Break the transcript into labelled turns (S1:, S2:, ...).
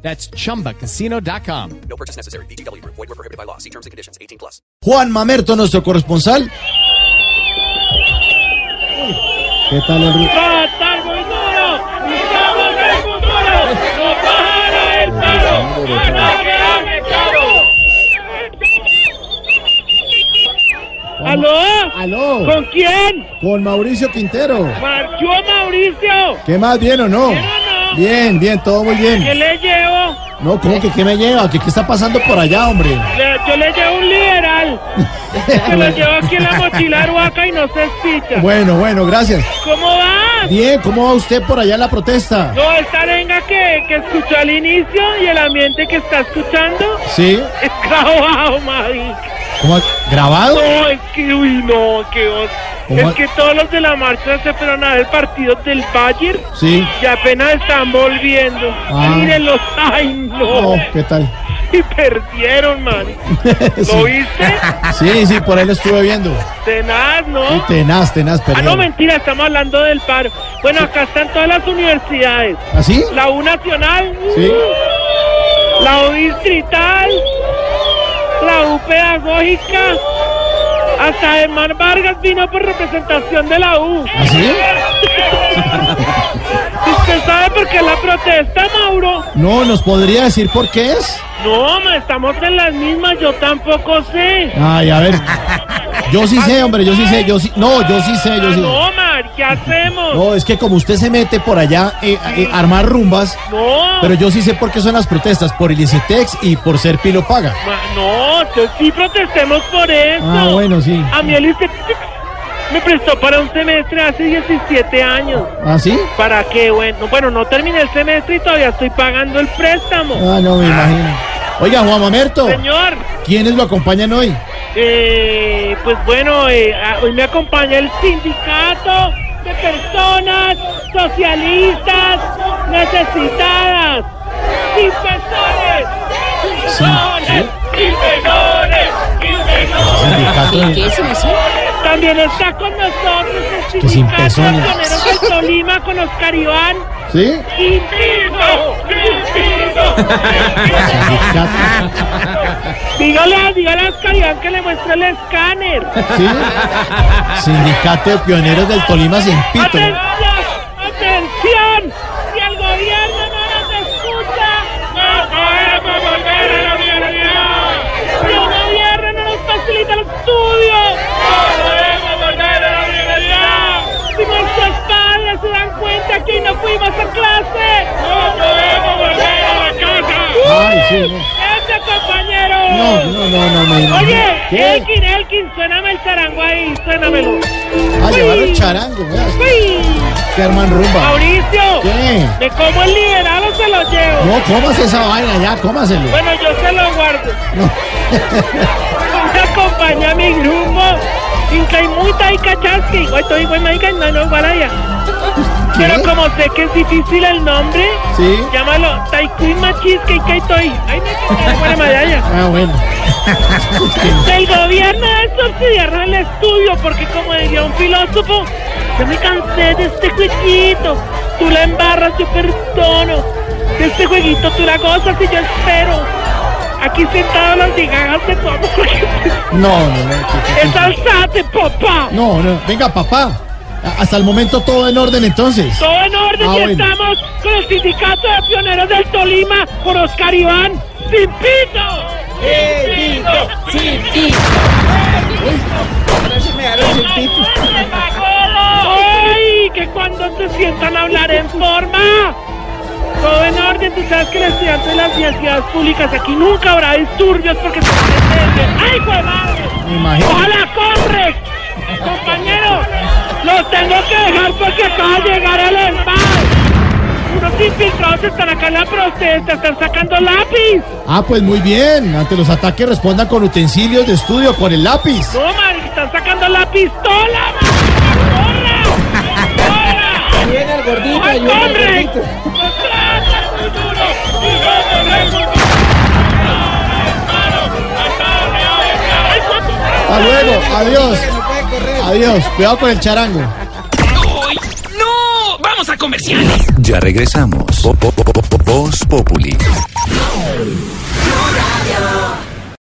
S1: That's chumbacasino.com.
S2: No purchase necessary. BGW. Void were prohibited by law. See terms and conditions. 18 plus.
S3: Juan Mamerto, nuestro corresponsal. ¿Qué tal el ritmo?
S4: ¡Hasta el futuro! ¡Buscamos el futuro! ¡Nos bajará el paro! ¡Ataque al mercado! ¿Aló?
S3: Aló,
S4: ¿Con quién?
S3: con Mauricio Quintero.
S4: ¡Marchó Mauricio!
S3: ¿Qué más, bien o no? Bien, bien, todo muy
S4: ¿Qué
S3: bien.
S4: le llevo?
S3: No, ¿cómo que qué me lleva? ¿Qué, qué está pasando por allá, hombre?
S4: Le- yo le llevo un liberal. Se lo llevo aquí en la mochila huaca y no se espicha.
S3: Bueno, bueno, gracias.
S4: ¿Cómo va?
S3: Bien, ¿cómo va usted por allá en la protesta?
S4: No, esta arenga que, que escuchó al inicio y el ambiente que está escuchando
S3: Sí,
S4: es cabrón, marica.
S3: ¿cómo? ¿Grabado?
S4: No, es que, uy, no, que os-
S3: ¿Cómo?
S4: Es que todos los de la marcha se fueron a ver partidos del Bayern
S3: Sí.
S4: y apenas están volviendo.
S3: Ah.
S4: Mírenlos, ay, no.
S3: Oh, ¿qué tal?
S4: Y perdieron, man. ¿Lo
S3: Sí,
S4: viste?
S3: sí, sí, por ahí lo estuve viendo.
S4: Tenaz, ¿no?
S3: Tenaz, tenaz,
S4: Ah,
S3: pero.
S4: no, mentira, estamos hablando del paro. Bueno, acá están todas las universidades.
S3: ¿Así?
S4: La U Nacional.
S3: Sí.
S4: La U Distrital, la U Pedagógica, hasta Germán Vargas vino por representación de la U.
S3: ¿Así?
S4: ¿Y ¿Usted sabe por qué la protesta, Mauro?
S3: No, ¿nos podría decir por qué es?
S4: No, ma, estamos en las mismas, yo tampoco sé.
S3: Ay, a ver. Yo sí sé, hombre, yo sí sé, yo sí. No, yo sí sé, yo
S4: Ah,
S3: sí.
S4: no, Mar, ¿qué hacemos?
S3: No, es que como usted se mete por allá eh, a- eh, a armar rumbas,
S4: No,
S3: pero yo sí sé por qué son las protestas, por el ICETEX y por ser Pilo Paga.
S4: ma, no, entonces sí protestemos por eso.
S3: Ah, bueno, sí.
S4: A mí el ICETEX me prestó para un semestre hace 17 años.
S3: ¿Ah, sí?
S4: ¿Para qué? Bueno, bueno, no terminé el semestre y todavía estoy pagando el préstamo.
S3: Ah, no, me imagino. Oiga, Juan Mamerto,
S4: Señor,
S3: ¿quiénes lo acompañan hoy?
S4: eh, pues bueno, eh, ah, hoy me acompaña el sindicato de personas socialistas necesitadas. ¡Sin pezones!
S3: Sí,
S4: ¡Sin pezones! ¡Sin pezones! ¡Sin pezones!
S3: Sindicato de-
S4: También está con nosotros
S3: que
S4: el
S3: sin
S4: sindicato de
S3: pezones.
S4: camioneros del Tolima con Oscar Iván.
S3: ¿Sí?
S4: ¡Sin piso! ¡Sin piso!
S3: Sindicato.
S4: Dígale, dígale a Oscar Iván que le muestre el escáner.
S3: ¿Sí? Sindicato de Pioneros del Tolima sin pito.
S4: ¡Atención! ¡Atención! Si el gobierno no nos escucha, no podemos volver a la universidad. Si el gobierno no nos facilita el estudio, no podemos volver a la universidad. Si nuestros padres se dan cuenta que hoy no fuimos a clase, no podemos volver a la casa.
S3: Ay, sí, no.
S4: ¡Ese compañero!
S3: No, no, no, no, me imagino.
S4: Oye,
S3: ¿Qué?
S4: Elkin, Elkin, suéname el charango ahí, suénamelo.
S3: Ah, llevaron el charango, veas.
S4: ¡Uy!
S3: Que arman rumba.
S4: Mauricio,
S3: ¿Qué?
S4: ¿de cómo el liberado se lo llevo?
S3: No, cómase esa vaina ya, cómaselo.
S4: Bueno, yo se lo guardo. Me acompaña mi grupo. Incaimuta y cachasqui. Hoy estoy buena y no, no, guaraya. Pero como sé que es difícil el nombre,
S3: Sí.
S4: llámalo Taikun Machisque y Kaitoi. Ahí me quedé buena medalla.
S3: Ah, bueno.
S4: El gobierno es subsidiar el estudio, porque como diría un filósofo, yo me cansé de este jueguito. Tú la embarras, yo perdono. De este jueguito tú la gozas y yo espero. Aquí sentado las migajas de tu amor.
S3: No, no, no. que- que-
S4: Es alzate, papá.
S3: No, no. Venga, papá. A- Hasta el momento todo en orden entonces.
S4: Todo en orden
S3: Ah,
S4: y
S3: bueno.
S4: estamos con el sindicato de pioneros del Tolima, por Oscar Iván, sin pito. Sin pito, sin pito. ¡Ay! Que cuando se sientan a hablar en forma. Todo en orden, tú sabes que el estudiante de las universidades públicas aquí nunca habrá disturbios porque se entienden. ¡Ay, güey,
S3: Me imagino.
S4: ¡Ojalá corres! Compañeros, los tengo que dejar porque acaba de llegar el embal. Uno Esos infiltrados están acá en la protesta, están sacando lápiz.
S3: Ah, pues muy bien. Ante los ataques responda con utensilios de estudio, con el lápiz.
S4: No, madre, están sacando la pistola, madre. ¡Corra!
S5: Viene el gordito,
S4: ¡Corra! ¡Ay,
S5: ayuda al
S4: corre!
S5: gordito.
S4: ¡Contrata, futuro! ¡Ayúdame, hermano! ¡Ayúdame, ahora! ¡Ay, cuánto-
S3: Hasta luego. Adiós.
S5: No puede correr.
S3: Adiós. Cuidado con el charango.
S6: ¡No! ¡Vamos a comerciales!
S7: Ya regresamos. Po- po- po- po- po- Voz Populi.